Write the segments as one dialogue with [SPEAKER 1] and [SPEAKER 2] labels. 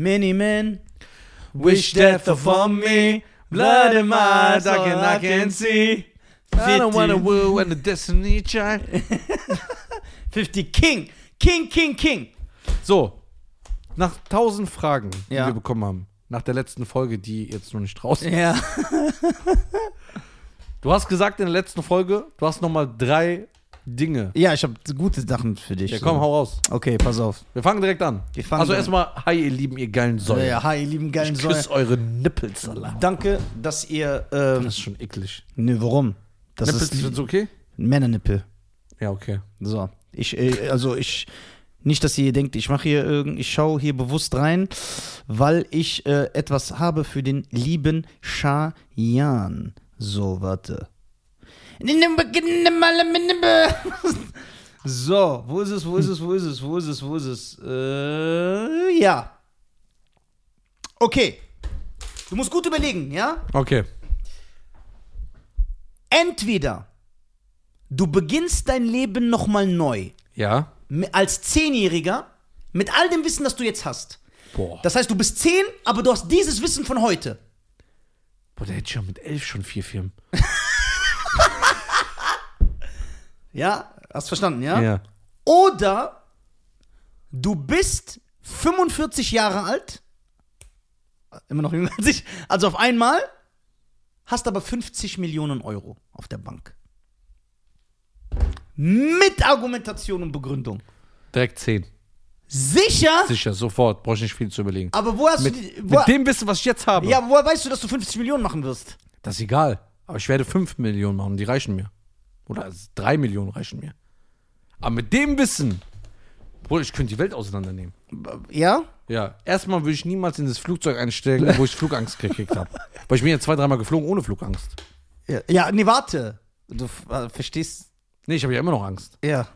[SPEAKER 1] Many men
[SPEAKER 2] Wish death upon me, blood in my eyes, I can, I can see. I don't wanna woo when the destiny child.
[SPEAKER 1] 50 King. King, King, King.
[SPEAKER 2] So, nach tausend Fragen, die
[SPEAKER 1] Ja.
[SPEAKER 2] wir bekommen haben, nach der letzten Folge, die jetzt noch nicht draußen ist.
[SPEAKER 1] Ja.
[SPEAKER 2] Du hast gesagt in der letzten Folge, du hast nochmal drei Dinge.
[SPEAKER 1] Ja, ich habe gute Sachen für dich.
[SPEAKER 2] Ja, komm, hau raus.
[SPEAKER 1] Okay, pass auf.
[SPEAKER 2] Wir fangen direkt an.
[SPEAKER 1] Wir fangen
[SPEAKER 2] also
[SPEAKER 1] an.
[SPEAKER 2] erstmal, hi ihr Lieben, ihr geilen Säulen.
[SPEAKER 1] Ja, hi, ihr lieben geilen
[SPEAKER 2] ich
[SPEAKER 1] Säulen.
[SPEAKER 2] küsse eure Nippels, Allah.
[SPEAKER 1] Danke, dass ihr. Ähm,
[SPEAKER 2] Das ist schon eklig.
[SPEAKER 1] nö, warum? Das
[SPEAKER 2] Nippels
[SPEAKER 1] ist
[SPEAKER 2] sind okay?
[SPEAKER 1] Männernippel.
[SPEAKER 2] Ja, okay.
[SPEAKER 1] So. Ich, äh, also ich. Nicht, dass ihr denkt, ich mache hier irgend, ich schaue hier bewusst rein, weil ich äh, etwas habe für den lieben Schajan. So, warte. So, wo ist es, wo ist es, wo ist es, wo ist es, wo ist es? Äh, ja. Okay. Du musst gut überlegen, ja?
[SPEAKER 2] Okay.
[SPEAKER 1] Entweder du beginnst dein Leben nochmal neu
[SPEAKER 2] Ja.
[SPEAKER 1] mi- als Zehnjähriger mit all dem Wissen, das du jetzt hast.
[SPEAKER 2] Boah.
[SPEAKER 1] Das heißt, du bist zehn, aber du hast dieses Wissen von heute.
[SPEAKER 2] Boah, der hätte ich ja mit elf schon vier Firmen.
[SPEAKER 1] Ja, hast verstanden, ja?
[SPEAKER 2] Ja.
[SPEAKER 1] Oder du bist 45 Jahre alt, immer noch jünger als ich, also auf einmal, hast aber 50 Millionen Euro auf der Bank. Mit Argumentation und Begründung.
[SPEAKER 2] Direkt zehn.
[SPEAKER 1] Sicher?
[SPEAKER 2] Sicher, sofort. Brauchst nicht viel zu überlegen.
[SPEAKER 1] Aber wo hast
[SPEAKER 2] Mit,
[SPEAKER 1] du. die- Wo,
[SPEAKER 2] mit dem Wissen, was ich jetzt habe.
[SPEAKER 1] ja, woher weißt du, dass du 50 Millionen machen wirst?
[SPEAKER 2] Das ist egal. Aber ich werde 5 Millionen machen, die reichen mir. Oder 3 Millionen reichen mir. Aber mit dem Wissen, Bruder, ich könnte die Welt auseinandernehmen.
[SPEAKER 1] Ja?
[SPEAKER 2] Ja, erstmal würde ich niemals in das Flugzeug einsteigen, wo ich Flugangst gekriegt habe. Weil ich bin ja zwei, dreimal geflogen ohne Flugangst.
[SPEAKER 1] Ja, ja nee, warte. Du äh, verstehst.
[SPEAKER 2] Nee, ich habe ja immer noch Angst.
[SPEAKER 1] Ja.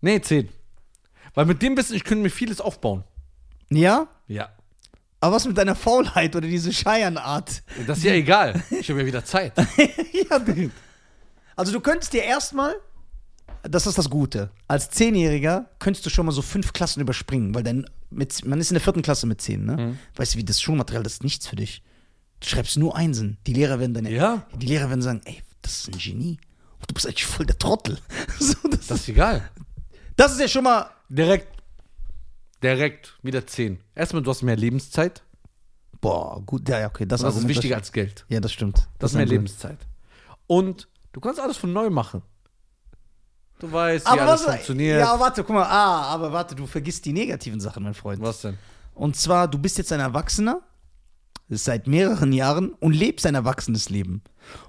[SPEAKER 2] Nee, 10. Weil mit dem Wissen, ich könnte mir vieles aufbauen.
[SPEAKER 1] Ja?
[SPEAKER 2] Ja.
[SPEAKER 1] Aber was mit deiner Faulheit oder diese Scheiernart?
[SPEAKER 2] Das ist ja egal. Ich habe ja wieder Zeit.
[SPEAKER 1] ja, du- also du könntest dir erstmal, das ist das Gute, als Zehnjähriger könntest du schon mal so fünf Klassen überspringen, weil dein, mit, man ist in der vierten Klasse mit zehn, ne?
[SPEAKER 2] Mhm.
[SPEAKER 1] Weißt du, wie das Schulmaterial, das ist nichts für dich. Du schreibst nur Einsen. Die Lehrer werden deine,
[SPEAKER 2] Ja.
[SPEAKER 1] die Lehrer werden sagen, ey, das ist ein Genie. Und du bist eigentlich voll der Trottel. so, das,
[SPEAKER 2] Das ist egal.
[SPEAKER 1] das ist ja schon mal,
[SPEAKER 2] Direkt. Direkt wieder 10. Erstmal, du hast mehr Lebenszeit.
[SPEAKER 1] boah, gut, ja, ja, okay, das,
[SPEAKER 2] Das ist
[SPEAKER 1] Argument-
[SPEAKER 2] wichtiger als Geld.
[SPEAKER 1] Ja, das stimmt.
[SPEAKER 2] Das ist
[SPEAKER 1] ein
[SPEAKER 2] mehr
[SPEAKER 1] Argument.
[SPEAKER 2] Lebenszeit. Und du kannst alles von neu machen. Du weißt, wie
[SPEAKER 1] Aber
[SPEAKER 2] alles
[SPEAKER 1] was,
[SPEAKER 2] funktioniert.
[SPEAKER 1] Ja, warte, guck mal. Ah, aber warte, du vergisst die negativen Sachen, mein Freund.
[SPEAKER 2] was denn?
[SPEAKER 1] Und zwar, du bist jetzt ein Erwachsener seit mehreren Jahren und lebst ein erwachsenes Leben.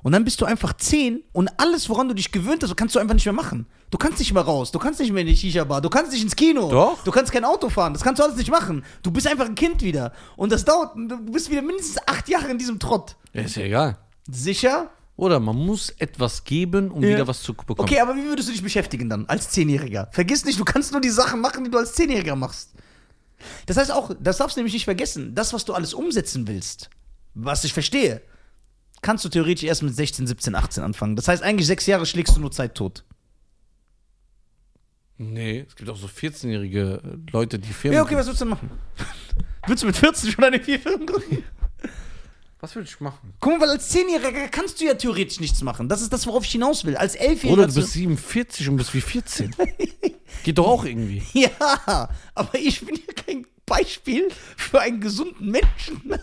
[SPEAKER 1] Und dann bist du einfach zehn und alles, woran du dich gewöhnt hast, kannst du einfach nicht mehr machen. Du kannst nicht mehr raus, du kannst nicht mehr in die Shisha-Bar, du kannst nicht ins Kino,
[SPEAKER 2] Doch.
[SPEAKER 1] du kannst kein Auto fahren, das kannst du alles nicht machen. Du bist einfach ein Kind wieder. Und das dauert, du bist wieder mindestens acht Jahre in diesem Trott.
[SPEAKER 2] Ja, ist ja egal.
[SPEAKER 1] Sicher?
[SPEAKER 2] Oder man muss etwas geben, um
[SPEAKER 1] Ja.
[SPEAKER 2] wieder was zu bekommen.
[SPEAKER 1] Okay, aber wie würdest du dich beschäftigen dann als Zehnjähriger? Vergiss nicht, du kannst nur die Sachen machen, die du als Zehnjähriger machst. Das heißt auch, das darfst du nämlich nicht vergessen, das, was du alles umsetzen willst, was ich verstehe, kannst du theoretisch erst mit 16, 17, 18 anfangen. Das heißt, eigentlich sechs Jahre schlägst du nur Zeit tot.
[SPEAKER 2] Nee, es gibt auch so 14-jährige Leute, die Firmen.
[SPEAKER 1] Ja, okay, was willst du denn machen? willst du mit 14 schon eine vier Firmen gründen?
[SPEAKER 2] was würde ich machen?
[SPEAKER 1] Guck mal, weil als Zehnjähriger kannst du ja theoretisch nichts machen. Das ist das, worauf ich hinaus will. Als Elfjähriger.
[SPEAKER 2] Oder du
[SPEAKER 1] zu-
[SPEAKER 2] bist 47 und bist wie 14. Geht doch auch irgendwie.
[SPEAKER 1] Ja, aber ich bin ja kein Beispiel für einen gesunden Menschen.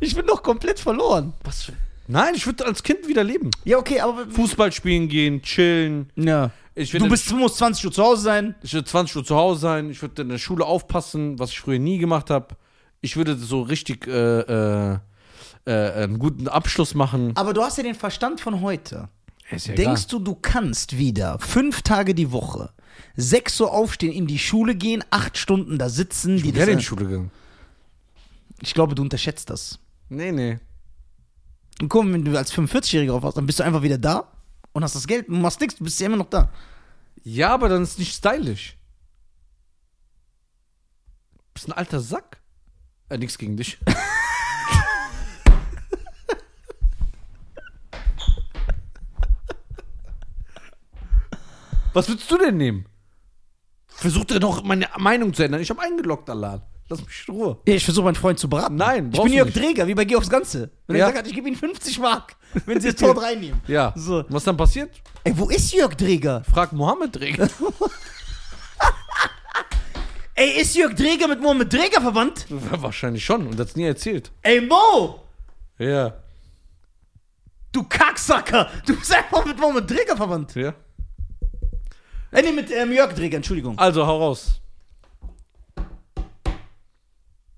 [SPEAKER 1] Ich bin doch komplett verloren.
[SPEAKER 2] Was? für- Nein, ich würde als Kind wieder leben.
[SPEAKER 1] Ja, okay, aber.
[SPEAKER 2] Fußball spielen gehen, chillen.
[SPEAKER 1] Ja.
[SPEAKER 2] Ich
[SPEAKER 1] Du
[SPEAKER 2] würde
[SPEAKER 1] bist, du musst 20 Uhr zu Hause sein.
[SPEAKER 2] Ich würde 20 Uhr zu Hause sein, ich würde in der Schule aufpassen, was ich früher nie gemacht habe. Ich würde so richtig äh, äh, äh, einen guten Abschluss machen.
[SPEAKER 1] Aber du hast ja den Verstand von heute.
[SPEAKER 2] Ist ja
[SPEAKER 1] Denkst du, du kannst wieder fünf Tage die Woche, sechs Uhr aufstehen, in die Schule gehen, acht Stunden da sitzen? die
[SPEAKER 2] ich wäre in die
[SPEAKER 1] das,
[SPEAKER 2] Schule gegangen.
[SPEAKER 1] ich glaube, du unterschätzt das.
[SPEAKER 2] Nee, nee.
[SPEAKER 1] Und guck, mal, wenn du als 45-Jähriger auf warst, dann bist du einfach wieder da und hast das Geld und machst nichts, du bist ja immer noch da.
[SPEAKER 2] Ja, aber dann ist nicht stylisch. Bist ein alter Sack. Äh, nix gegen dich. Was würdest du denn nehmen? Versucht er noch meine Meinung zu ändern. Ich habe eingeloggt, Alan. Lass mich in Ruhe.
[SPEAKER 1] Ja, ich versuche meinen Freund zu beraten.
[SPEAKER 2] Nein,
[SPEAKER 1] ich
[SPEAKER 2] brauchst
[SPEAKER 1] bin
[SPEAKER 2] du
[SPEAKER 1] Jörg
[SPEAKER 2] nicht.
[SPEAKER 1] Dreger, wie bei Geh aufs Ganze. Wenn
[SPEAKER 2] Ja.
[SPEAKER 1] er sagt, ich gebe ihnen 50 Mark, wenn sie das Tor reinnehmen.
[SPEAKER 2] Ja.
[SPEAKER 1] So.
[SPEAKER 2] Was dann passiert?
[SPEAKER 1] Ey, wo ist Jörg Dreger?
[SPEAKER 2] Frag Mohammed Dreger.
[SPEAKER 1] Ey, ist Jörg Dreger mit Mohamed Dreger verwandt?
[SPEAKER 2] Wahrscheinlich schon und das nie erzählt.
[SPEAKER 1] Ey, Mo!
[SPEAKER 2] Ja.
[SPEAKER 1] Du Kacksacker! Du bist einfach mit Mohamed Dreger verwandt.
[SPEAKER 2] Ja.
[SPEAKER 1] Äh, nee, mit ähm, Jörg Dreger, Entschuldigung.
[SPEAKER 2] Also hau raus.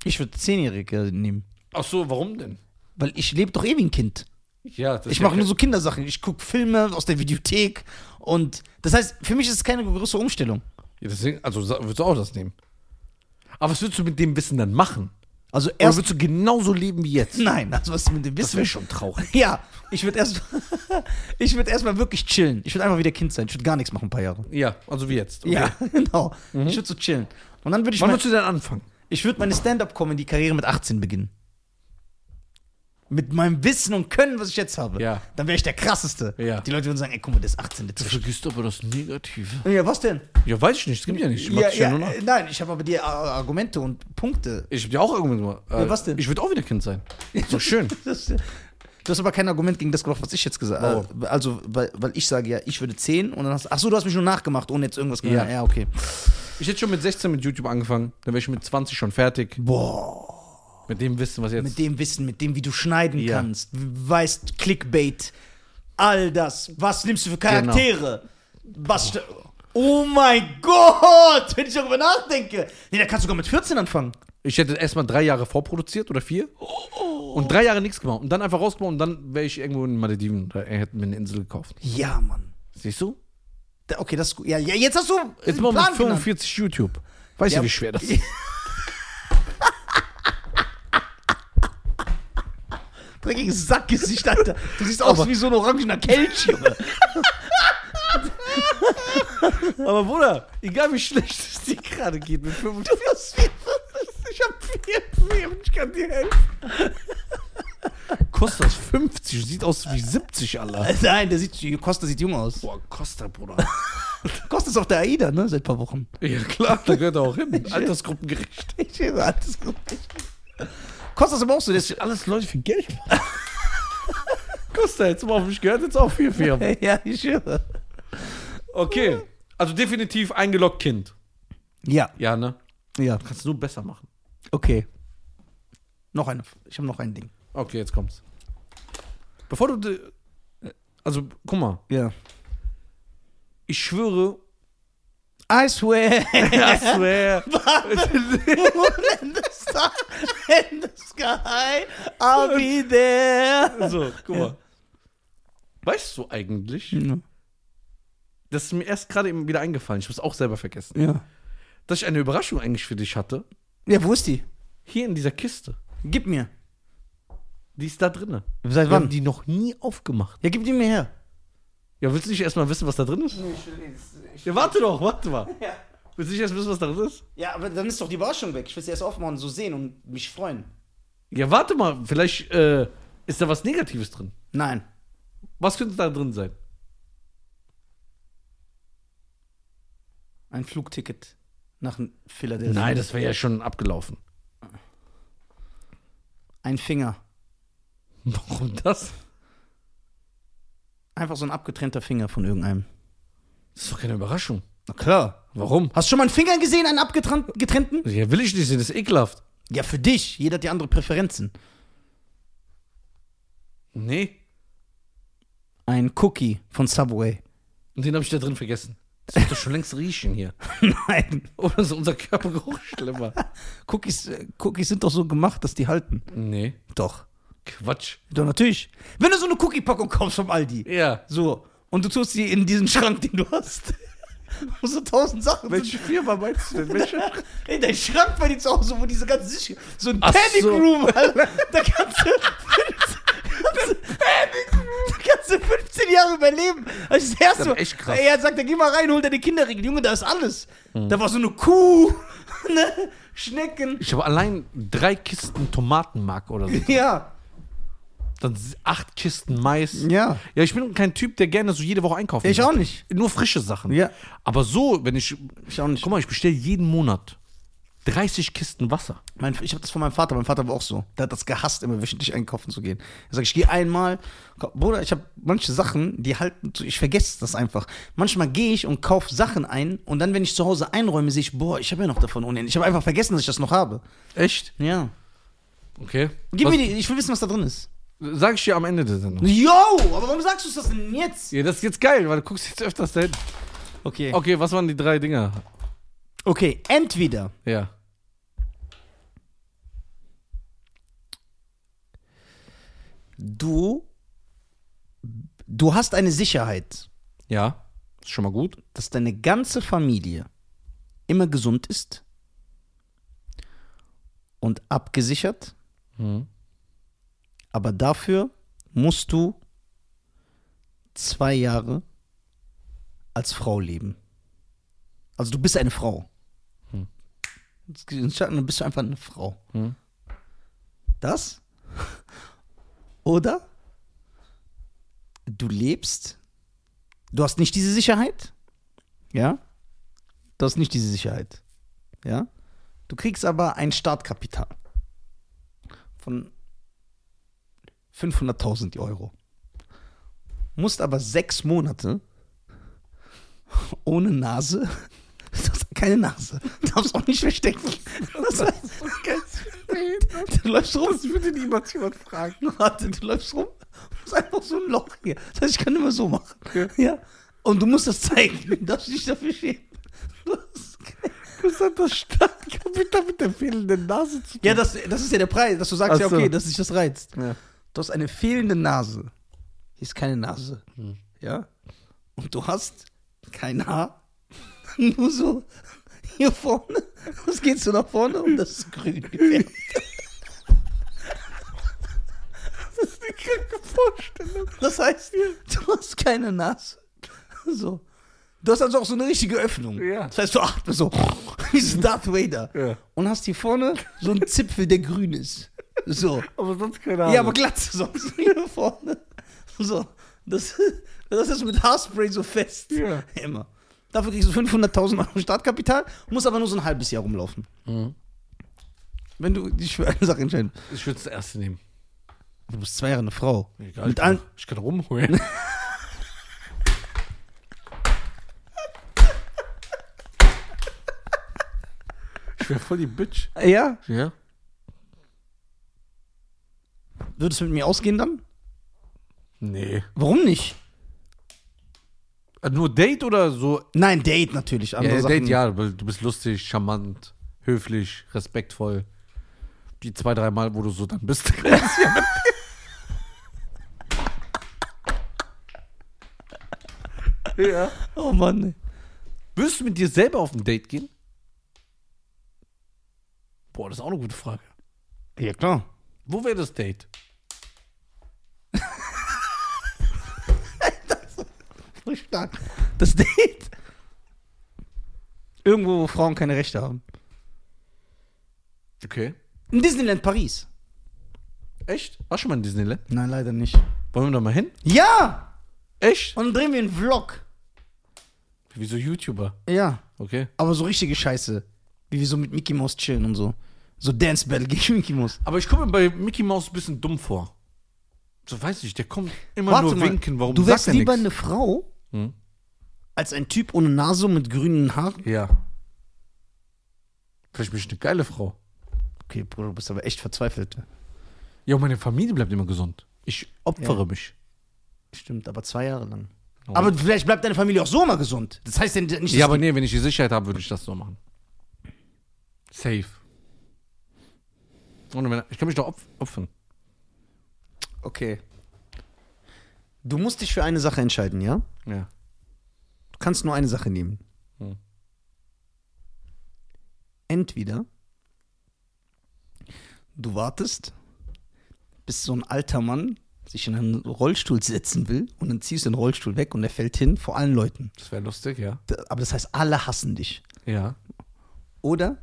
[SPEAKER 1] Ich würde Zehnjährige nehmen.
[SPEAKER 2] Ach so, warum denn?
[SPEAKER 1] Weil ich lebe doch eh wie ein Kind.
[SPEAKER 2] Ja, das
[SPEAKER 1] Ich
[SPEAKER 2] ist
[SPEAKER 1] mache
[SPEAKER 2] ja
[SPEAKER 1] nur so Kindersachen. Ich gucke Filme aus der Videothek. Und das heißt, für mich ist es keine große Umstellung.
[SPEAKER 2] Ja, deswegen, also sa- würdest du auch das nehmen. Aber was würdest du mit dem Wissen dann machen?
[SPEAKER 1] Also
[SPEAKER 2] Oder
[SPEAKER 1] erst.
[SPEAKER 2] würdest du genauso leben wie jetzt?
[SPEAKER 1] Nein, also was mit dem Wissen.
[SPEAKER 2] wär schon traurig.
[SPEAKER 1] Ja, ich würde erst, ich würde erstmal wirklich chillen. Ich würde einfach wieder Kind sein. Ich würde gar nichts machen, ein paar Jahre.
[SPEAKER 2] Ja, Mhm. also wie jetzt.
[SPEAKER 1] Ja, genau. Ich würde so chillen. Und dann würde ich,
[SPEAKER 2] Wann
[SPEAKER 1] mein,
[SPEAKER 2] würdest du denn anfangen?
[SPEAKER 1] ich würde meine Stand-up-Comedy-Karriere mit 18 beginnen. Mit meinem Wissen und Können, was ich jetzt habe.
[SPEAKER 2] Ja.
[SPEAKER 1] Dann wäre ich der Krasseste.
[SPEAKER 2] Ja.
[SPEAKER 1] Die Leute würden sagen, ey, guck mal, der ist 18, der zerstört.
[SPEAKER 2] vergisst aber das Negative.
[SPEAKER 1] Ja, was denn?
[SPEAKER 2] Ja, weiß ich nicht. Es gibt ja nicht. Ich,
[SPEAKER 1] Ja,
[SPEAKER 2] ja, ja,
[SPEAKER 1] ja,
[SPEAKER 2] nur nach.
[SPEAKER 1] äh, nein, ich habe aber die äh, Argumente und Punkte.
[SPEAKER 2] ich hab dir auch Argumente gemacht. Äh,
[SPEAKER 1] Ja, was denn?
[SPEAKER 2] Ich würde auch wieder Kind sein. So schön.
[SPEAKER 1] Das, du hast aber kein Argument gegen das gemacht, was ich jetzt gesagt
[SPEAKER 2] Warum?
[SPEAKER 1] habe. Also, weil, weil ich sage ja, ich würde 10 und dann hast Ach so, du hast mich nur nachgemacht, ohne jetzt irgendwas gemacht.
[SPEAKER 2] Ja.
[SPEAKER 1] Ja, ja okay.
[SPEAKER 2] Ich hätte schon mit 16 mit YouTube angefangen. Dann wäre ich mit 20 schon fertig.
[SPEAKER 1] Boah.
[SPEAKER 2] Mit dem Wissen, was jetzt.
[SPEAKER 1] Mit dem Wissen, mit dem, wie du schneiden
[SPEAKER 2] Ja.
[SPEAKER 1] kannst, weißt, Clickbait, all das. Was nimmst du für Charaktere? Was. st- Oh mein Gott, wenn ich darüber nachdenke. Nee, da kannst du sogar mit 14 anfangen.
[SPEAKER 2] Ich hätte erstmal drei Jahre vorproduziert oder vier.
[SPEAKER 1] Oh.
[SPEAKER 2] Und drei Jahre nichts gemacht. Und dann einfach rausgemacht und dann wäre ich irgendwo in den Malediven. Da hätten wir eine Insel gekauft.
[SPEAKER 1] Ja, Mann.
[SPEAKER 2] Siehst du?
[SPEAKER 1] Da, okay, das ist gut. Ja, ja, jetzt hast du.
[SPEAKER 2] Jetzt
[SPEAKER 1] einen
[SPEAKER 2] machen wir
[SPEAKER 1] Plan genannt.
[SPEAKER 2] 45 YouTube. Weißt
[SPEAKER 1] Ja.
[SPEAKER 2] du, wie schwer das ist?
[SPEAKER 1] Dreckiges Sackgesicht, Alter. Du siehst aus
[SPEAKER 2] Aber-
[SPEAKER 1] wie so ein orangener Kelch, Junge.
[SPEAKER 2] Aber Bruder, egal wie schlecht es dir gerade geht mit 45.
[SPEAKER 1] Du hast vier-
[SPEAKER 2] Ich hab 44 und ich kann dir helfen. Kostas 50, sieht aus wie 70, Alter.
[SPEAKER 1] Nein, der sieht, Costa sieht jung aus.
[SPEAKER 2] Boah, Costa, Bruder.
[SPEAKER 1] Costa ist auf der AIDA, ne, seit ein paar Wochen.
[SPEAKER 2] Ja klar, da gehört er auch hin. Altersgruppengerecht.
[SPEAKER 1] Ich alles gut. Costa ist aber auch so, der ist
[SPEAKER 2] Alles Leute für Geld. Costa, jetzt mal auf mich gehört, jetzt auch 4-4.
[SPEAKER 1] Ja, ich schwöre.
[SPEAKER 2] Okay, also definitiv eingeloggt Kind.
[SPEAKER 1] Ja,
[SPEAKER 2] Ja, ne?
[SPEAKER 1] ja,
[SPEAKER 2] Kannst du nur besser machen.
[SPEAKER 1] okay. Noch eine. Ich habe noch ein Ding.
[SPEAKER 2] Okay, jetzt kommt's. Bevor du... de- Also, guck mal.
[SPEAKER 1] Ja.
[SPEAKER 2] Ich schwöre...
[SPEAKER 1] I swear.
[SPEAKER 2] I swear.
[SPEAKER 1] when the star in the sky, I'll be there.
[SPEAKER 2] So, guck mal. Weißt du eigentlich, das ist mir erst gerade eben wieder eingefallen, ich hab's auch selber vergessen,
[SPEAKER 1] Ja.
[SPEAKER 2] dass ich eine Überraschung eigentlich für dich hatte,
[SPEAKER 1] Ja, wo ist die?
[SPEAKER 2] hier in dieser Kiste.
[SPEAKER 1] Gib mir.
[SPEAKER 2] Die ist da drinne.
[SPEAKER 1] Seit
[SPEAKER 2] Wir haben die noch nie aufgemacht.
[SPEAKER 1] Ja, gib die mir her.
[SPEAKER 2] Ja, willst du nicht erstmal wissen, was da drin ist? Ja, warte doch, warte mal.
[SPEAKER 1] Ja.
[SPEAKER 2] Willst du nicht erst wissen, was da drin ist?
[SPEAKER 1] ja, aber dann ist doch die Überraschung weg. Ich will sie erst aufmachen, so sehen und mich freuen.
[SPEAKER 2] Ja, warte mal, vielleicht äh, ist da was Negatives drin.
[SPEAKER 1] Nein.
[SPEAKER 2] Was könnte da drin sein?
[SPEAKER 1] Ein Flugticket nach Philadelphia.
[SPEAKER 2] das wäre ja schon abgelaufen.
[SPEAKER 1] Ein Finger.
[SPEAKER 2] Warum das?
[SPEAKER 1] Einfach so ein abgetrennter Finger von irgendeinem.
[SPEAKER 2] Das ist doch keine Überraschung.
[SPEAKER 1] Na klar.
[SPEAKER 2] Warum?
[SPEAKER 1] Hast du schon mal einen Finger gesehen, einen abgetrennten?
[SPEAKER 2] Ja, will ich nicht sehen, das ist ekelhaft.
[SPEAKER 1] Ja, für dich. Jeder hat ja andere Präferenzen.
[SPEAKER 2] Nee.
[SPEAKER 1] Ein Cookie von Subway.
[SPEAKER 2] Und den habe ich da drin vergessen. Das wird doch schon längst riechen hier.
[SPEAKER 1] Nein.
[SPEAKER 2] Oder ist unser Körpergeruch schlimmer?
[SPEAKER 1] Cookies, äh, Cookies sind doch so gemacht, dass die halten.
[SPEAKER 2] Nee.
[SPEAKER 1] Doch.
[SPEAKER 2] Quatsch.
[SPEAKER 1] Doch, natürlich. Wenn du so eine Cookie-Packung kaufst vom Aldi,
[SPEAKER 2] Ja.
[SPEAKER 1] so, und du tust sie in diesen Schrank, den du hast, wo so tausend Sachen sind.
[SPEAKER 2] Firma meinst du denn? Welche?
[SPEAKER 1] In dein Schrank bei dir zu Hause, wo diese ganzen Sicher... So ein
[SPEAKER 2] Ach
[SPEAKER 1] Panic
[SPEAKER 2] so.
[SPEAKER 1] Room, Alter. Da kannst du... kannst du- Da kannst du 15 Jahre überleben. Das ist das erste
[SPEAKER 2] ist
[SPEAKER 1] Mal.
[SPEAKER 2] aber echt krass. Mhm.
[SPEAKER 1] Ey, er sagt, dann geh mal rein, hol deine Kinderriegel. Junge, da ist alles. Da war so eine Kuh, ne? Schnecken.
[SPEAKER 2] Ich habe allein drei Kisten Tomatenmark oder so.
[SPEAKER 1] Ja.
[SPEAKER 2] Dann s- acht Kisten Mais.
[SPEAKER 1] Ja.
[SPEAKER 2] Ja, ich bin kein Typ, der gerne so jede Woche einkauft.
[SPEAKER 1] Ich auch nicht.
[SPEAKER 2] Nur frische Sachen.
[SPEAKER 1] Ja.
[SPEAKER 2] Aber so, wenn ich.
[SPEAKER 1] Ich auch nicht.
[SPEAKER 2] Guck mal, ich bestelle jeden Monat. 30 Kisten Wasser.
[SPEAKER 1] Mein, ich habe das von meinem Vater. Mein Vater war auch so. Der hat das gehasst, immer wöchentlich einkaufen zu gehen. Er sagt, ich gehe einmal. Bruder, ich habe manche Sachen, die halten. zu- Ich vergesse das einfach. Manchmal gehe ich und kaufe Sachen ein und dann, wenn ich zu Hause einräume, sehe ich, boah, ich habe ja noch davon unendlich. Ich habe einfach vergessen, dass ich das noch habe.
[SPEAKER 2] Echt?
[SPEAKER 1] Ja.
[SPEAKER 2] Okay.
[SPEAKER 1] Gib
[SPEAKER 2] Was-
[SPEAKER 1] mir die, ich will wissen, was da drin ist.
[SPEAKER 2] Sag ich dir am Ende der Sendung.
[SPEAKER 1] Yo, aber warum sagst du das denn jetzt?
[SPEAKER 2] Ja, das ist jetzt geil, weil du guckst jetzt öfters dahin.
[SPEAKER 1] Okay. Okay,
[SPEAKER 2] Okay, was waren die drei Dinger?
[SPEAKER 1] entweder
[SPEAKER 2] Ja.
[SPEAKER 1] du. Du hast eine Sicherheit,
[SPEAKER 2] Ja. Ist schon mal gut.
[SPEAKER 1] dass deine ganze Familie immer gesund ist und abgesichert,
[SPEAKER 2] Mhm.
[SPEAKER 1] aber dafür musst du zwei Jahre als Frau leben. Also du bist eine Frau. Jetzt geht's in den Dann bist du einfach eine Frau.
[SPEAKER 2] Hm.
[SPEAKER 1] Das? Oder du lebst, du hast nicht diese Sicherheit, ja? Du hast nicht diese Sicherheit, ja? Du kriegst aber ein Startkapital von 500.000 Euro. Musst aber sechs Monate ohne Nase, du hast keine Nase, darfst auch nicht verstecken. Das heißt, du läufst rum.
[SPEAKER 2] Das würde niemals jemand fragen.
[SPEAKER 1] Warte, du läufst rum, das ist einfach so ein Loch hier. Das heißt, ich kann immer so machen. Ja. Und du musst das zeigen, du darfst dich dafür schämen. Du hast keine-
[SPEAKER 2] Das hat das Startkapital mit der fehlenden Nase zu tun.
[SPEAKER 1] Ja, das, das ist ja der Preis, dass du sagst,
[SPEAKER 2] Ach
[SPEAKER 1] ja, okay,
[SPEAKER 2] so.
[SPEAKER 1] dass dich das reizt.
[SPEAKER 2] Ja.
[SPEAKER 1] Du hast eine fehlende Nase. Hier ist keine Nase.
[SPEAKER 2] Hm.
[SPEAKER 1] Ja? Und du hast kein Haar. Nur so hier vorne. Was gehst du nach vorne und das ist grün gefärbt.
[SPEAKER 2] Das ist eine kranke Vorstellung.
[SPEAKER 1] Das heißt, du hast keine Nase. So. Du hast also auch so eine richtige Öffnung.
[SPEAKER 2] Ja.
[SPEAKER 1] Das heißt, du atmest so wie so Darth Vader.
[SPEAKER 2] Ja.
[SPEAKER 1] Und hast hier vorne so einen Zipfel, der grün ist. So.
[SPEAKER 2] Aber sonst keine Ahnung.
[SPEAKER 1] Ja, aber glatt sonst hier vorne. So. Das, das ist mit Haarspray so fest.
[SPEAKER 2] Ja.
[SPEAKER 1] Immer. Dafür kriegst du 500.000 Euro Startkapital, musst aber nur so ein halbes Jahr rumlaufen.
[SPEAKER 2] Mhm.
[SPEAKER 1] Wenn du dich für eine Sache entscheiden.
[SPEAKER 2] Ich würde das erste nehmen.
[SPEAKER 1] Du bist zwei Jahre eine Frau.
[SPEAKER 2] Egal,
[SPEAKER 1] Mit
[SPEAKER 2] ich, kann,
[SPEAKER 1] allen,
[SPEAKER 2] ich kann rumholen. ich wäre voll die Bitch.
[SPEAKER 1] ja.
[SPEAKER 2] Ja?
[SPEAKER 1] Würdest du mit mir ausgehen dann?
[SPEAKER 2] Nee.
[SPEAKER 1] Warum nicht?
[SPEAKER 2] Äh, Nur Date oder so?
[SPEAKER 1] Nein, Date natürlich. Andere Sachen.
[SPEAKER 2] ja, weil du bist lustig, charmant, höflich, respektvoll. Die zwei, drei Mal, wo du so dann bist. ja.
[SPEAKER 1] Oh Mann. ey.
[SPEAKER 2] Würdest du mit dir selber auf ein Date gehen? Boah, das ist auch eine gute Frage.
[SPEAKER 1] Ja, klar.
[SPEAKER 2] Wo wäre das Date?
[SPEAKER 1] Voll stark. Das Date. Irgendwo, wo Frauen keine Rechte haben.
[SPEAKER 2] Okay.
[SPEAKER 1] In Disneyland Paris.
[SPEAKER 2] Echt? Warst du schon mal in Disneyland?
[SPEAKER 1] Nein, leider nicht.
[SPEAKER 2] Wollen wir da mal hin?
[SPEAKER 1] Ja!
[SPEAKER 2] Echt?
[SPEAKER 1] Und dann drehen wir einen Vlog.
[SPEAKER 2] Wie so YouTuber.
[SPEAKER 1] Ja.
[SPEAKER 2] Okay.
[SPEAKER 1] Aber so richtige Scheiße. Wie wir so mit Mickey Mouse chillen und so. So Dance Battle gegen Mickey Mouse.
[SPEAKER 2] Aber ich komme mir bei Mickey Mouse ein bisschen dumm vor. So weiß ich, der kommt immer nur winken. Warum
[SPEAKER 1] du wärst
[SPEAKER 2] sagt er
[SPEAKER 1] lieber
[SPEAKER 2] nichts?
[SPEAKER 1] eine Frau
[SPEAKER 2] Hm?
[SPEAKER 1] als ein Typ ohne Nase mit grünen Haaren.
[SPEAKER 2] Ja. Vielleicht bin ich eine geile Frau.
[SPEAKER 1] Okay, Bruder, du bist aber echt verzweifelt.
[SPEAKER 2] Ja, und meine Familie bleibt immer gesund. Ich opfere
[SPEAKER 1] Ja.
[SPEAKER 2] mich.
[SPEAKER 1] Stimmt, aber zwei Jahre lang.
[SPEAKER 2] Oh.
[SPEAKER 1] Aber vielleicht bleibt deine Familie auch so mal gesund. Das heißt ja nicht, dass
[SPEAKER 2] Ja, aber nee, wenn ich die Sicherheit habe, würde ich das so machen. Safe. Und wenn, ich kann mich doch opf- opfern.
[SPEAKER 1] Okay. Du musst dich für eine Sache entscheiden, ja?
[SPEAKER 2] Ja.
[SPEAKER 1] Du kannst nur eine Sache nehmen.
[SPEAKER 2] Hm.
[SPEAKER 1] Entweder du wartest, bis so ein alter Mann sich in einen Rollstuhl setzen will und dann ziehst du den Rollstuhl weg und er fällt hin vor allen Leuten.
[SPEAKER 2] Das wäre lustig, ja.
[SPEAKER 1] Da- Aber das heißt, alle hassen dich.
[SPEAKER 2] Ja.
[SPEAKER 1] Oder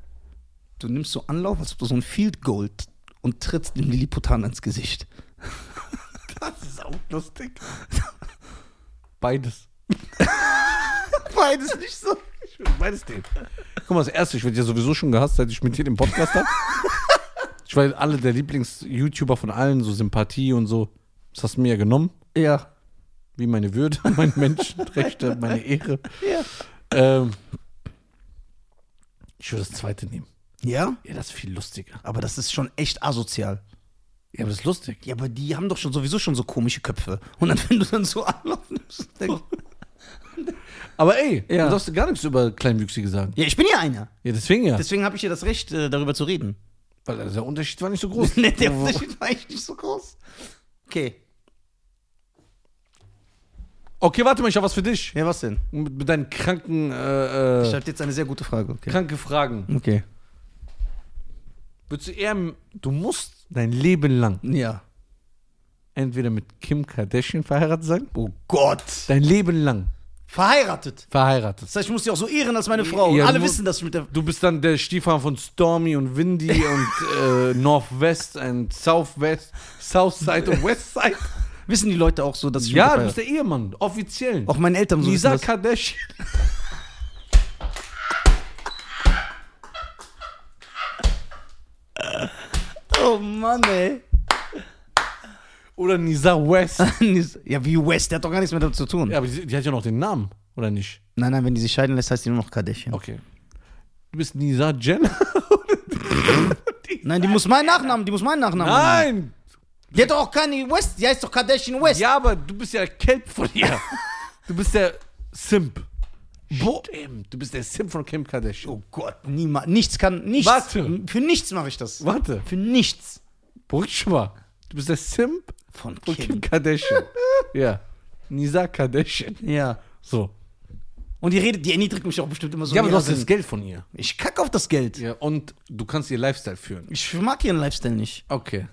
[SPEAKER 1] du nimmst so Anlauf, als ob du so ein Field Goal t- und trittst dem Lilliputan ins Gesicht.
[SPEAKER 2] Das ist auch lustig. Beides.
[SPEAKER 1] Beides nicht so.
[SPEAKER 2] Ich Beides Themen. Guck mal, das erste, ich werde ja sowieso schon gehasst, seit ich mit dir den Podcast habe. Ich war alle der Lieblings-YouTuber von allen, so Sympathie und so. Das hast du mir ja genommen,
[SPEAKER 1] Ja.
[SPEAKER 2] wie meine Würde, meine Menschenrechte, meine Ehre.
[SPEAKER 1] Ja.
[SPEAKER 2] Ähm, ich würde das zweite nehmen.
[SPEAKER 1] Ja?
[SPEAKER 2] Ja, das ist viel lustiger.
[SPEAKER 1] Aber das ist schon echt asozial.
[SPEAKER 2] Ja, aber das ist lustig.
[SPEAKER 1] Ja, aber die haben doch schon sowieso schon so komische Köpfe. Und dann, wenn du dann so Anlauf nimmst, dann-
[SPEAKER 2] Aber ey,
[SPEAKER 1] Ja.
[SPEAKER 2] du darfst gar nichts über Kleinwüchsige sagen.
[SPEAKER 1] Ja, ich bin ja einer.
[SPEAKER 2] Ja, deswegen ja.
[SPEAKER 1] Deswegen habe ich ja das Recht, äh, darüber zu reden.
[SPEAKER 2] Weil also der Unterschied war nicht so groß.
[SPEAKER 1] Nee, der Unterschied war eigentlich nicht so groß. Okay.
[SPEAKER 2] Okay, warte mal, ich habe was für dich.
[SPEAKER 1] Ja, was denn?
[SPEAKER 2] Mit, mit deinen kranken, äh, äh,
[SPEAKER 1] Schreibt jetzt eine sehr gute Frage. Okay.
[SPEAKER 2] kranke Fragen.
[SPEAKER 1] Okay.
[SPEAKER 2] Würdest du eher, m- du musst dein Leben lang
[SPEAKER 1] Ja.
[SPEAKER 2] entweder mit Kim Kardashian verheiratet sein,
[SPEAKER 1] Oh Gott.
[SPEAKER 2] dein Leben lang
[SPEAKER 1] Verheiratet.
[SPEAKER 2] verheiratet.
[SPEAKER 1] Das heißt, ich muss dich auch so ehren als meine Frau.
[SPEAKER 2] Ja, du
[SPEAKER 1] Alle
[SPEAKER 2] musst-
[SPEAKER 1] wissen das mit der.
[SPEAKER 2] Du bist dann der Stiefvater von Stormy und Windy und äh, Northwest und Southwest, Southside und Westside.
[SPEAKER 1] Wissen die Leute auch so, dass ich.
[SPEAKER 2] Ja,
[SPEAKER 1] mit
[SPEAKER 2] du
[SPEAKER 1] der
[SPEAKER 2] bist der Ehemann, offiziell.
[SPEAKER 1] verheiratet- Auch meine Eltern so.
[SPEAKER 2] Lisa
[SPEAKER 1] wissen das.
[SPEAKER 2] Kardashian.
[SPEAKER 1] Oh Mann, ey.
[SPEAKER 2] Oder Nisa West.
[SPEAKER 1] ja, wie West, der hat doch gar nichts mehr damit zu tun.
[SPEAKER 2] ja, aber die, die hat ja noch den Namen, oder nicht?
[SPEAKER 1] Nein, nein, wenn die sich scheiden lässt, heißt die nur noch Kardashian.
[SPEAKER 2] Okay. Du bist Nisa Jenner?
[SPEAKER 1] Nein, die muss meinen Nachnamen, die muss meinen Nachnamen. haben.
[SPEAKER 2] Nein!
[SPEAKER 1] Die hat doch auch keine West, die heißt doch Kardashian West.
[SPEAKER 2] Ja, aber du bist ja Kelp von ihr. Du bist der Simp. Stimmt. Du bist der Simp von Kim Kardashian.
[SPEAKER 1] Oh Gott, niemals. Nichts kann. Nichts.
[SPEAKER 2] Warte.
[SPEAKER 1] Für nichts mache ich das.
[SPEAKER 2] Warte,
[SPEAKER 1] Für nichts.
[SPEAKER 2] beruhig dich mal. Du bist der Simp
[SPEAKER 1] Von
[SPEAKER 2] von Kim
[SPEAKER 1] Kim.
[SPEAKER 2] Kardashian. ja. Nisa Kardashian.
[SPEAKER 1] Ja.
[SPEAKER 2] So.
[SPEAKER 1] Und die redet, die Annie drückt mich auch bestimmt immer so.
[SPEAKER 2] Ja, aber
[SPEAKER 1] in
[SPEAKER 2] du
[SPEAKER 1] den
[SPEAKER 2] hast das
[SPEAKER 1] Sinn.
[SPEAKER 2] Geld von ihr.
[SPEAKER 1] Ich kack auf das Geld.
[SPEAKER 2] Ja, und du kannst ihr Lifestyle führen.
[SPEAKER 1] Ich mag ihren Lifestyle nicht.
[SPEAKER 2] Okay.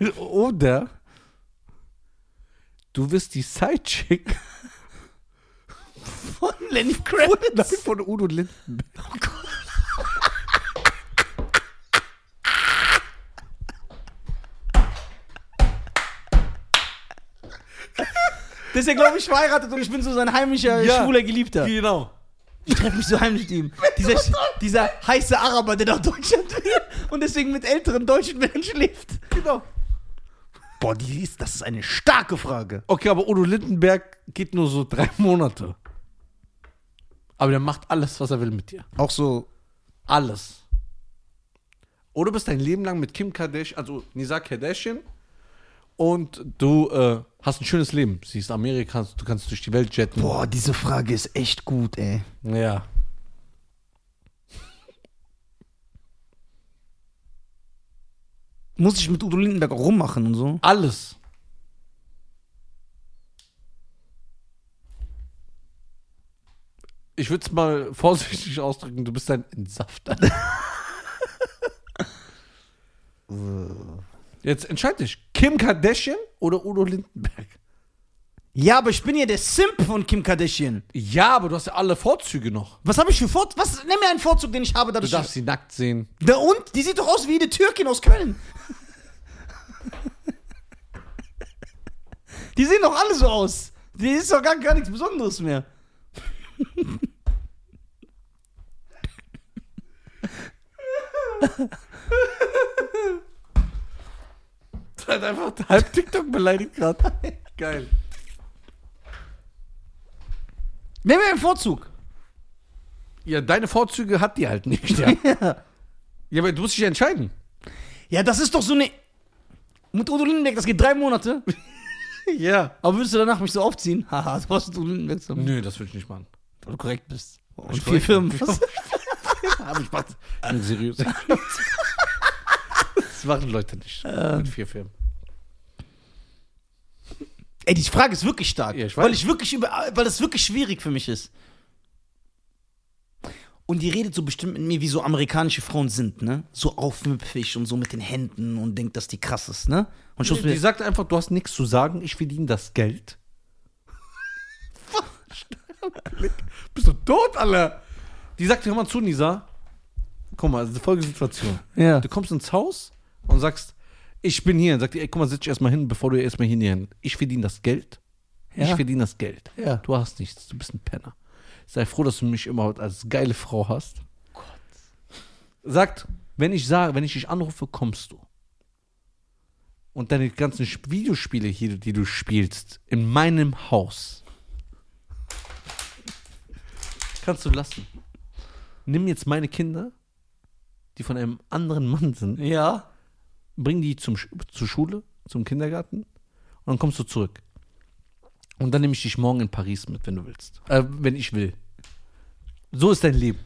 [SPEAKER 2] Oder du wirst die Sidechick
[SPEAKER 1] Von Lenny Kravitz.
[SPEAKER 2] von Udo Lindenberg.
[SPEAKER 1] Der ist ja, glaube ich, verheiratet und ich bin so sein heimischer,
[SPEAKER 2] Ja.
[SPEAKER 1] schwuler Geliebter.
[SPEAKER 2] Genau.
[SPEAKER 1] Ich treffe mich so heimlich mit ihm. Dieser, dieser heiße Araber, der nach Deutschland will und deswegen mit älteren deutschen Menschen lebt.
[SPEAKER 2] genau.
[SPEAKER 1] Boah, die ist, das ist eine starke Frage.
[SPEAKER 2] Okay, aber Udo Lindenberg geht nur so drei Monate. Aber der macht alles, was er will mit dir.
[SPEAKER 1] Auch so,
[SPEAKER 2] Alles. Oder du bist dein Leben lang mit Kim Kardashian, also Nisa Kardashian, und du äh, hast ein schönes Leben. Siehst Amerika, du kannst durch die Welt jetten.
[SPEAKER 1] boah, diese Frage ist echt gut, ey.
[SPEAKER 2] Ja.
[SPEAKER 1] Muss ich mit Udo Lindenberg auch rummachen und so?
[SPEAKER 2] Alles. Ich würde es mal vorsichtig ausdrücken, du bist ein Entsafter. Jetzt entscheid dich. Kim Kardashian oder Udo Lindenberg?
[SPEAKER 1] Ja, aber ich bin ja der Simp von Kim Kardashian.
[SPEAKER 2] Ja, aber du hast ja alle Vorzüge noch.
[SPEAKER 1] Was habe ich für Vorzug? Was? Nimm mir einen Vorzug, den ich habe,
[SPEAKER 2] Du
[SPEAKER 1] dadurch.
[SPEAKER 2] darfst sie nackt sehen.
[SPEAKER 1] Da und? Die sieht doch aus wie jede Türkin aus Köln. Die sehen doch alle so aus. Die ist doch gar, gar nichts Besonderes mehr.
[SPEAKER 2] Du hast einfach halb TikTok beleidigt gerade. Geil.
[SPEAKER 1] Nimm mir einen Vorzug.
[SPEAKER 2] Ja, deine Vorzüge hat die halt nicht. Ja,
[SPEAKER 1] Ja.
[SPEAKER 2] ja aber du musst dich ja entscheiden.
[SPEAKER 1] ja, das ist doch so eine. Mit Udo Lindenberg, das geht drei Monate.
[SPEAKER 2] Ja.
[SPEAKER 1] Aber würdest du danach mich so aufziehen? Haha, du hast mit Udo Lindenberg zusammen.
[SPEAKER 2] Nö, das würde ich nicht machen.
[SPEAKER 1] Weil du korrekt bist. Und
[SPEAKER 2] Ich
[SPEAKER 1] vier
[SPEAKER 2] korrekt
[SPEAKER 1] Firmen.
[SPEAKER 2] bin. Hab ich Spaß. seriös. das machen Leute nicht. Mit vier Filmen.
[SPEAKER 1] Ey, die Frage ist wirklich stark,
[SPEAKER 2] Ja, ich weiß.
[SPEAKER 1] weil ich wirklich über, weil das wirklich schwierig für mich ist. Und die redet so bestimmt mit mir, wie so amerikanische Frauen sind, ne? So aufmüpfig und so mit den Händen und denkt, dass die krass ist, ne? Und ich muss
[SPEAKER 2] Die
[SPEAKER 1] mir,
[SPEAKER 2] sagt einfach, du hast nichts zu sagen, ich verdiene das Geld. Bist du tot, Alter? Die sagt dir immer zu, Nisa. Guck mal, also das ist eine Folgesituation.
[SPEAKER 1] ja.
[SPEAKER 2] Du kommst ins Haus und sagst, ich bin hier. Und sagt, die, ey, guck mal, sitz dich erstmal hin, bevor du erstmal hier hin. Ich verdiene das Geld.
[SPEAKER 1] Ja.
[SPEAKER 2] Ich verdiene das Geld.
[SPEAKER 1] Ja.
[SPEAKER 2] Du hast nichts, du bist ein Penner. sei froh, dass du mich immer als geile Frau hast. Sagt, wenn ich sage, wenn ich dich anrufe, kommst du. Und deine ganzen Sp- Videospiele hier, die du spielst, in meinem Haus. Kannst du lassen. Nimm jetzt meine Kinder, die von einem anderen Mann sind,
[SPEAKER 1] Ja.
[SPEAKER 2] bring die zum, Sch- zur Schule, zum Kindergarten und dann kommst du zurück. Und dann nehme ich dich morgen in Paris mit, wenn du willst. Äh, wenn ich will. So ist dein Leben.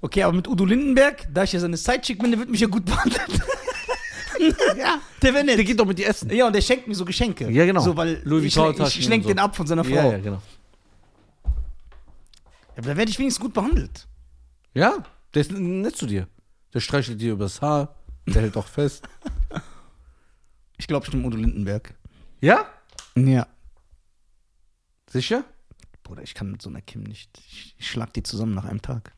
[SPEAKER 1] Okay, aber mit Udo Lindenberg, da ich ja seine Sidechick bin, der wird mich ja gut behandelt. ja. Der wäre
[SPEAKER 2] Der
[SPEAKER 1] nett.
[SPEAKER 2] geht doch mit dir essen.
[SPEAKER 1] Ja, und der schenkt mir so Geschenke.
[SPEAKER 2] Ja, genau.
[SPEAKER 1] So, weil
[SPEAKER 2] Louis
[SPEAKER 1] ich, schlen-
[SPEAKER 2] Vuitton
[SPEAKER 1] ich
[SPEAKER 2] Taschen
[SPEAKER 1] schlenk
[SPEAKER 2] und so.
[SPEAKER 1] den ab von seiner Frau.
[SPEAKER 2] Ja,
[SPEAKER 1] Ja,
[SPEAKER 2] ja, genau.
[SPEAKER 1] aber da werde ich wenigstens gut behandelt.
[SPEAKER 2] Ja, der ist nett zu dir. Der streichelt dir übers Haar. Der hält auch fest.
[SPEAKER 1] Ich glaube, ich nehme Udo Lindenberg.
[SPEAKER 2] Ja?
[SPEAKER 1] Ja.
[SPEAKER 2] Sicher?
[SPEAKER 1] Bruder, ich kann mit so einer Kim nicht. Ich, ich schlag die zusammen nach einem Tag.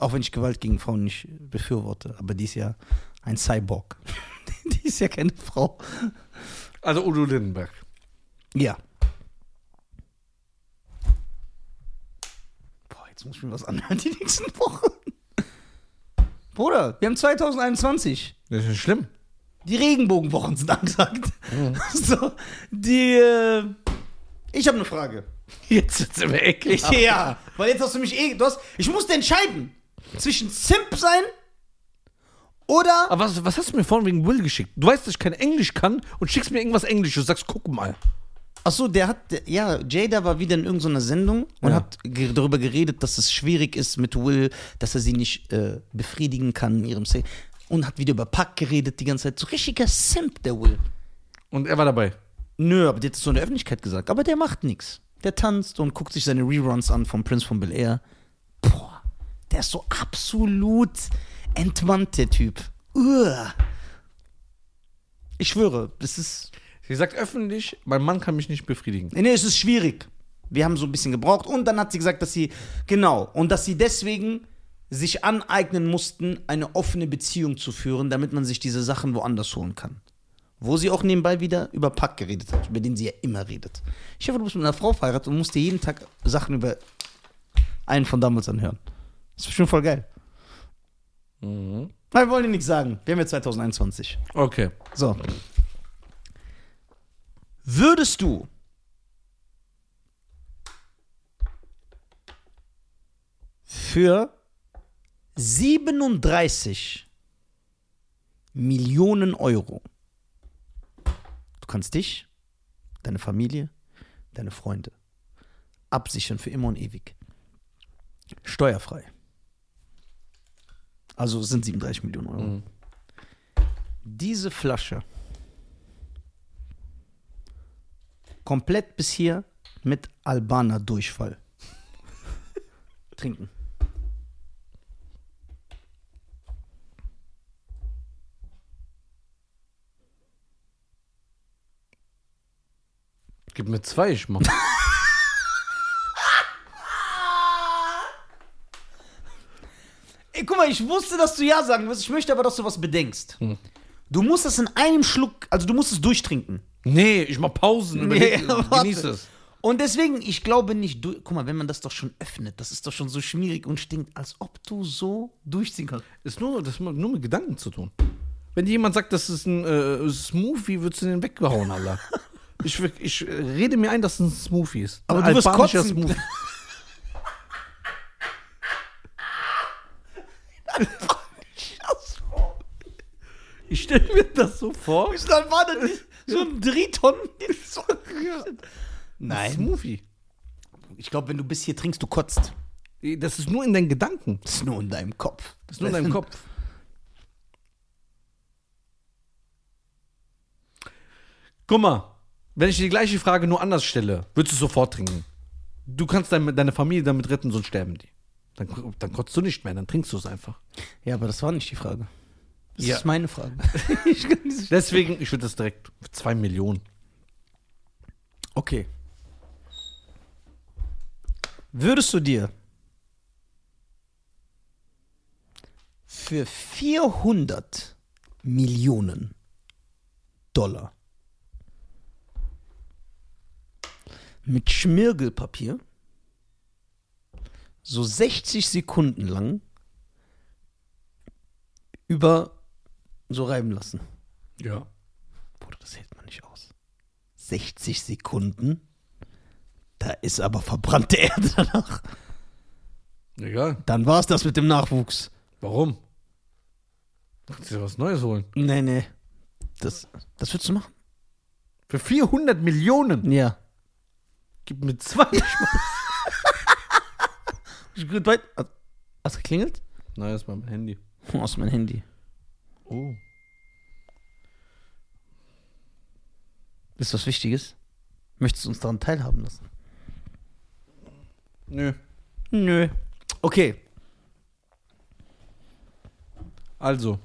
[SPEAKER 1] Auch wenn ich Gewalt gegen Frauen nicht befürworte. Aber die ist ja ein Cyborg. die ist ja keine Frau.
[SPEAKER 2] Also Udo Lindenberg.
[SPEAKER 1] Ja. Boah, jetzt muss ich mir was anhören die nächsten Wochen. Bruder, wir haben 2021.
[SPEAKER 2] Das ist nicht schlimm.
[SPEAKER 1] Die Regenbogenwochen sind angesagt. So, die. Äh, ich habe eine Frage.
[SPEAKER 2] Jetzt sitzt er weg.
[SPEAKER 1] Ich, ja, weil jetzt hast du mich eh. Du hast, ich musste entscheiden zwischen Simp sein oder.
[SPEAKER 2] Aber was, was hast du mir vorhin wegen Will geschickt? Du weißt, dass ich kein Englisch kann und schickst mir irgendwas Englisches und sagst, guck mal.
[SPEAKER 1] Achso, der hat. der- Ja, Jada war wieder in irgendeiner Sendung und
[SPEAKER 2] Ja.
[SPEAKER 1] hat ge darüber geredet, dass es schwierig ist mit Will, dass er sie nicht äh, befriedigen kann in ihrem Sex. Und hat wieder über Pack geredet die ganze Zeit. So richtiger Simp, der Will.
[SPEAKER 2] Und er war dabei.
[SPEAKER 1] Nö, aber der hat es so in der Öffentlichkeit gesagt. Aber der macht nichts. Der tanzt und guckt sich seine Reruns an vom Prince von Bel Air. Boah, der ist so absolut entmannt, der Typ. Uah. Ich schwöre, das ist.
[SPEAKER 2] Sie sagt öffentlich, mein Mann kann mich nicht befriedigen.
[SPEAKER 1] Nee, es ist schwierig. Wir haben so ein bisschen gebraucht. Und dann hat sie gesagt, dass sie. Genau. Und dass sie deswegen sich aneignen mussten, eine offene Beziehung zu führen, damit man sich diese Sachen woanders holen kann. Wo sie auch nebenbei wieder über Pack geredet hat, über den sie ja immer redet. Ich hoffe, du bist mit einer Frau verheiratet und musst dir jeden Tag Sachen über einen von damals anhören. Das ist bestimmt voll geil. Nein, wir wollen dir nichts sagen. Wir haben ja 2021.
[SPEAKER 2] Okay.
[SPEAKER 1] So. Würdest du für 37 Millionen Euro, du kannst dich, deine Familie, deine Freunde absichern für immer und ewig, steuerfrei. Also es sind 37 Millionen Euro. Diese Flasche komplett bis hier mit Albaner Durchfall trinken.
[SPEAKER 2] Gib mir zwei, ich mach.
[SPEAKER 1] Ey, guck mal, ich wusste, dass du ja sagen wirst. Ich möchte aber, dass du was bedenkst. Du musst das in einem Schluck, also du musst es durchtrinken.
[SPEAKER 2] nee, ich mach Pausen. Überleg,
[SPEAKER 1] Nee, warte.
[SPEAKER 2] genieß es.
[SPEAKER 1] Und deswegen, ich glaube nicht, du, guck mal, wenn man das doch schon öffnet, das ist doch schon so schmierig und stinkt, als ob du so durchziehen kannst.
[SPEAKER 2] Ist nur, das hat nur mit Gedanken zu tun. Wenn dir jemand sagt, das ist ein äh, Smoothie, würdest du den weggehauen, Alter. ich, wirk- ich äh, rede mir ein, dass es ein Smoothie ist.
[SPEAKER 1] Aber
[SPEAKER 2] ein
[SPEAKER 1] du wirst
[SPEAKER 2] albanischer
[SPEAKER 1] kotzen.
[SPEAKER 2] Smoothie. Ich stelle mir das so vor.
[SPEAKER 1] Ist dann war das nicht so ein Driton?
[SPEAKER 2] Ein
[SPEAKER 1] Nein.
[SPEAKER 2] Smoothie.
[SPEAKER 1] Ich glaube, wenn du bis hier trinkst, du kotzt.
[SPEAKER 2] Das ist nur in deinen Gedanken.
[SPEAKER 1] Das ist nur in deinem Kopf.
[SPEAKER 2] Das ist nur in deinem Kopf. Guck mal, wenn ich dir die gleiche Frage nur anders stelle, würdest du es sofort trinken. Du kannst deine, deine Familie damit retten, sonst sterben die. Dann, dann kotzt du nicht mehr, dann trinkst du es einfach.
[SPEAKER 1] Ja, aber das war nicht die Frage. Das
[SPEAKER 2] Ja.
[SPEAKER 1] ist meine Frage.
[SPEAKER 2] Deswegen, ich würde das direkt für zwei Millionen.
[SPEAKER 1] Okay. Würdest du dir für 400 Millionen Dollar mit Schmirgelpapier so 60 Sekunden lang über so reiben lassen.
[SPEAKER 2] Ja.
[SPEAKER 1] Bruder, das hält man nicht aus. 60 Sekunden? Da ist aber verbrannte Erde danach.
[SPEAKER 2] Egal.
[SPEAKER 1] Dann war's das mit dem Nachwuchs.
[SPEAKER 2] Warum? Kannst du dir was Neues holen?
[SPEAKER 1] Nee, nee. Das, das würdest du machen?
[SPEAKER 2] Für 400 Millionen?
[SPEAKER 1] Ja.
[SPEAKER 2] Gib mir zwei.
[SPEAKER 1] Hast du geklingelt?
[SPEAKER 2] Nein, das war mein Handy.
[SPEAKER 1] Hm, Aus mein Handy.
[SPEAKER 2] Oh.
[SPEAKER 1] Ist was Wichtiges? Möchtest du uns daran teilhaben lassen?
[SPEAKER 2] Nö.
[SPEAKER 1] Nö. Okay.
[SPEAKER 2] Also.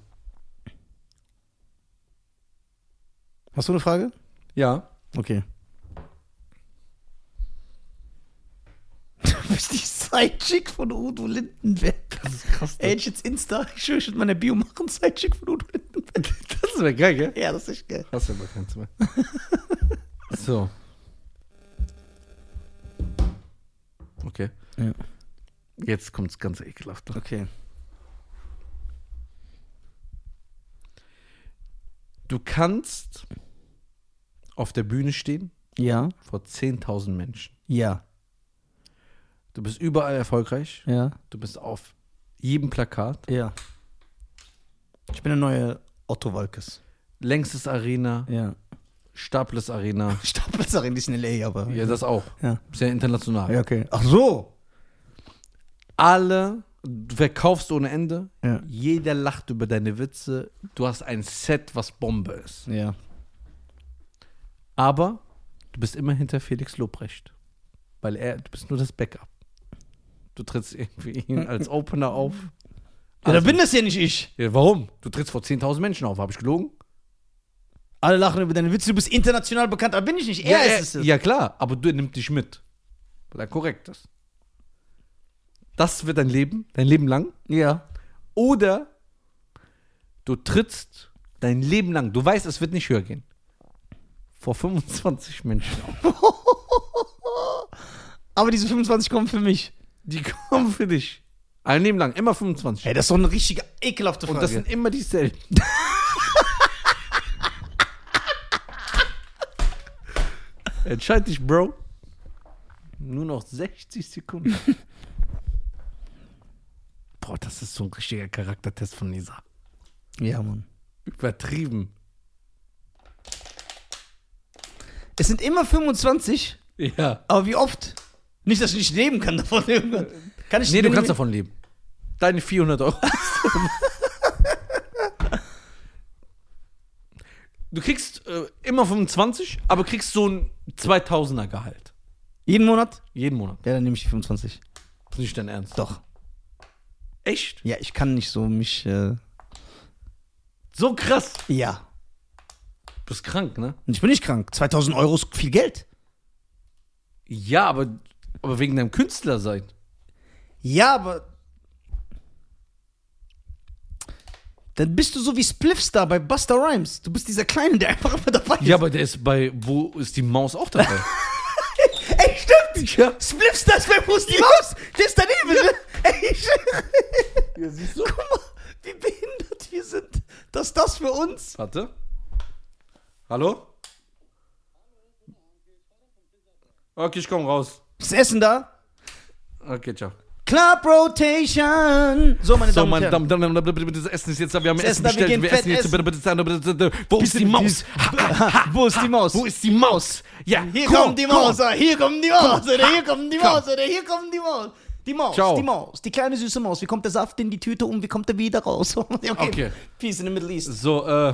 [SPEAKER 1] Hast du eine Frage?
[SPEAKER 2] Ja.
[SPEAKER 1] Okay. Bist die Sidechick von Udo Lindenberg.
[SPEAKER 2] Das ist krass.
[SPEAKER 1] Ey, ich jetzt Insta, ich schwöre, ich würde meine Bio machen, Sidechick von Udo Lindenberg.
[SPEAKER 2] das wäre geil, gell?
[SPEAKER 1] Ja, das ist geil.
[SPEAKER 2] Hast du aber keins mehr. so. Okay.
[SPEAKER 1] Ja.
[SPEAKER 2] Jetzt kommt's ganz ekelhaft.
[SPEAKER 1] Okay.
[SPEAKER 2] Du kannst auf der Bühne stehen
[SPEAKER 1] Ja,
[SPEAKER 2] vor 10.000 Menschen.
[SPEAKER 1] ja,
[SPEAKER 2] Du bist überall erfolgreich.
[SPEAKER 1] ja,
[SPEAKER 2] Du bist auf jedem Plakat.
[SPEAKER 1] ja. Ich bin der neue Otto Walkes.
[SPEAKER 2] Längstes Arena,
[SPEAKER 1] Ja.
[SPEAKER 2] Staples Arena.
[SPEAKER 1] Stapelsarin, die ist in L.A., aber.
[SPEAKER 2] Ja, das auch.
[SPEAKER 1] Ja.
[SPEAKER 2] Sehr international.
[SPEAKER 1] Ja, okay. Ach so.
[SPEAKER 2] Alle, du verkaufst ohne Ende.
[SPEAKER 1] Ja.
[SPEAKER 2] Jeder lacht über deine Witze. Du hast ein Set, was Bombe ist.
[SPEAKER 1] Ja.
[SPEAKER 2] Aber du bist immer hinter Felix Lobrecht. Weil er, du bist nur das Backup. Du trittst irgendwie ihn als Opener auf.
[SPEAKER 1] Ja, da bin das ja nicht ich.
[SPEAKER 2] Ja, warum? Du trittst vor 10.000 Menschen auf. Habe ich gelogen?
[SPEAKER 1] Alle lachen über deine Witze, du bist international bekannt, aber bin ich nicht. Er
[SPEAKER 2] ja,
[SPEAKER 1] ist es.
[SPEAKER 2] er- ja, klar. Aber du nimmst dich mit. Weil er korrekt ist. Das wird dein Leben, dein Leben lang.
[SPEAKER 1] ja.
[SPEAKER 2] Oder du trittst dein Leben lang, du weißt, es wird nicht höher gehen, vor 25 Menschen auf.
[SPEAKER 1] Aber diese 25 kommen für mich.
[SPEAKER 2] Die kommen für dich. Ein Leben lang, immer 25.
[SPEAKER 1] Ey, das ist doch eine richtige ekelhafte Frage.
[SPEAKER 2] Und das sind immer dieselben. Entscheid dich, Bro. Nur noch 60 Sekunden. Boah, das ist so ein richtiger Charaktertest von Lisa.
[SPEAKER 1] ja, Mann.
[SPEAKER 2] Übertrieben.
[SPEAKER 1] Es sind immer 25,
[SPEAKER 2] Ja.
[SPEAKER 1] aber wie oft? Nicht, dass ich nicht leben kann davon irgendwann. Kann ich
[SPEAKER 2] Nee, du
[SPEAKER 1] leben-
[SPEAKER 2] kannst davon leben. Deine 400 Euro. du kriegst äh, immer 25, aber kriegst so ein 2000er Gehalt.
[SPEAKER 1] Jeden Monat?
[SPEAKER 2] Jeden Monat.
[SPEAKER 1] Ja, dann nehme ich die 25.
[SPEAKER 2] Das ist nicht dein Ernst.
[SPEAKER 1] Doch.
[SPEAKER 2] Echt?
[SPEAKER 1] Ja, ich kann nicht so mich. Äh,
[SPEAKER 2] So krass.
[SPEAKER 1] ja.
[SPEAKER 2] Du bist krank, ne?
[SPEAKER 1] Und ich bin nicht krank. 2000 Euro ist viel Geld.
[SPEAKER 2] Ja, aber, aber wegen deinem Künstler sein.
[SPEAKER 1] Ja, aber. Dann bist du so wie Spliffstar bei Buster Rhymes. Du bist dieser Kleine, der einfach immer dabei ist.
[SPEAKER 2] Ja, aber der ist bei, wo ist die Maus auch dabei?
[SPEAKER 1] Ey, stimmt! Ja. Spliffstar ist bei Bruce die Maus! Der ist daneben! Ne? Ey, ich
[SPEAKER 2] ja, siehst du?
[SPEAKER 1] Guck mal, wie behindert wir sind, dass das für uns.
[SPEAKER 2] Warte. Hallo? Okay, ich komm raus.
[SPEAKER 1] Das Essen da?
[SPEAKER 2] Okay, ciao.
[SPEAKER 1] Club Rotation! So, meine
[SPEAKER 2] So,
[SPEAKER 1] Damen und
[SPEAKER 2] meine
[SPEAKER 1] Herren.
[SPEAKER 2] Damen und Herren, bitte, bitte, bitte, das Essen ist jetzt da. Wir haben
[SPEAKER 1] Das
[SPEAKER 2] Essen
[SPEAKER 1] Essen da, wir gehen
[SPEAKER 2] bestellt. Wir
[SPEAKER 1] fett
[SPEAKER 2] essen jetzt.
[SPEAKER 1] essen.
[SPEAKER 2] Bitte, bitte, bitte, bitte, bitte, bitte. Wo ist die Maus?
[SPEAKER 1] Wo ist die Maus?
[SPEAKER 2] Wo ist die Maus? Ja,
[SPEAKER 1] Hier
[SPEAKER 2] komm,
[SPEAKER 1] kommt die
[SPEAKER 2] komm.
[SPEAKER 1] Maus, ah, hier kommt die Maus, oder hier kommt die Maus, oder hier kommt die Maus. Die Maus,
[SPEAKER 2] Ciao.
[SPEAKER 1] die Maus, die kleine süße Maus. Wie kommt der Saft in die Tüte und wie kommt er wieder raus? Okay.
[SPEAKER 2] Okay.
[SPEAKER 1] Peace in the Middle East.
[SPEAKER 2] So, äh,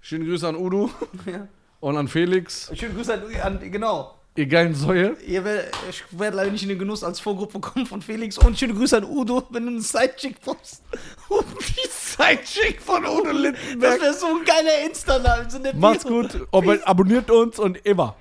[SPEAKER 2] schönen Grüße an Udo
[SPEAKER 1] Ja.
[SPEAKER 2] und an Felix,
[SPEAKER 1] Schönen Grüße an, an genau.
[SPEAKER 2] ihr geilen Säue.
[SPEAKER 1] Ihr werdet, ich werde leider nicht in den Genuss als Vorgruppe kommen von Felix. Und schöne Grüße an Udo, wenn du einen Sidechick brauchst. Und die Sidechick von Udo Lindenberg. Das wäre so ein geiler Insta-Name. So eine
[SPEAKER 2] Macht's
[SPEAKER 1] Bio.
[SPEAKER 2] gut, ob- abonniert uns und immer.